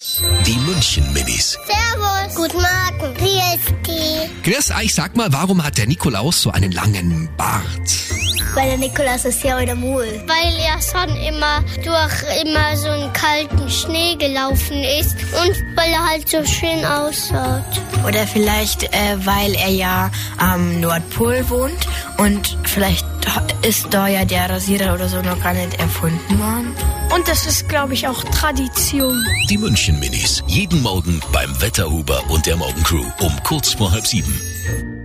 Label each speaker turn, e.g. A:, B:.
A: Minis. Die München Minis.
B: Servus. Guten Morgen. Wie ist die?
A: Chris, ah, ich sag mal, warum hat der Nikolaus so einen langen Bart?
C: Weil der Nikolaus ist ja wieder Mul.
B: Weil er schon immer durch immer so einen kalten Schnee gelaufen ist und weil er halt so schön ausschaut.
D: Oder vielleicht, äh, weil er ja am Nordpol wohnt und vielleicht ist da ja der Rasierer oder so noch gar nicht erfunden worden.
E: Und das ist, glaube ich, auch Tradition.
A: Die München Minis. Jeden Morgen beim Wetterhuber und der Morgencrew um kurz vor halb sieben.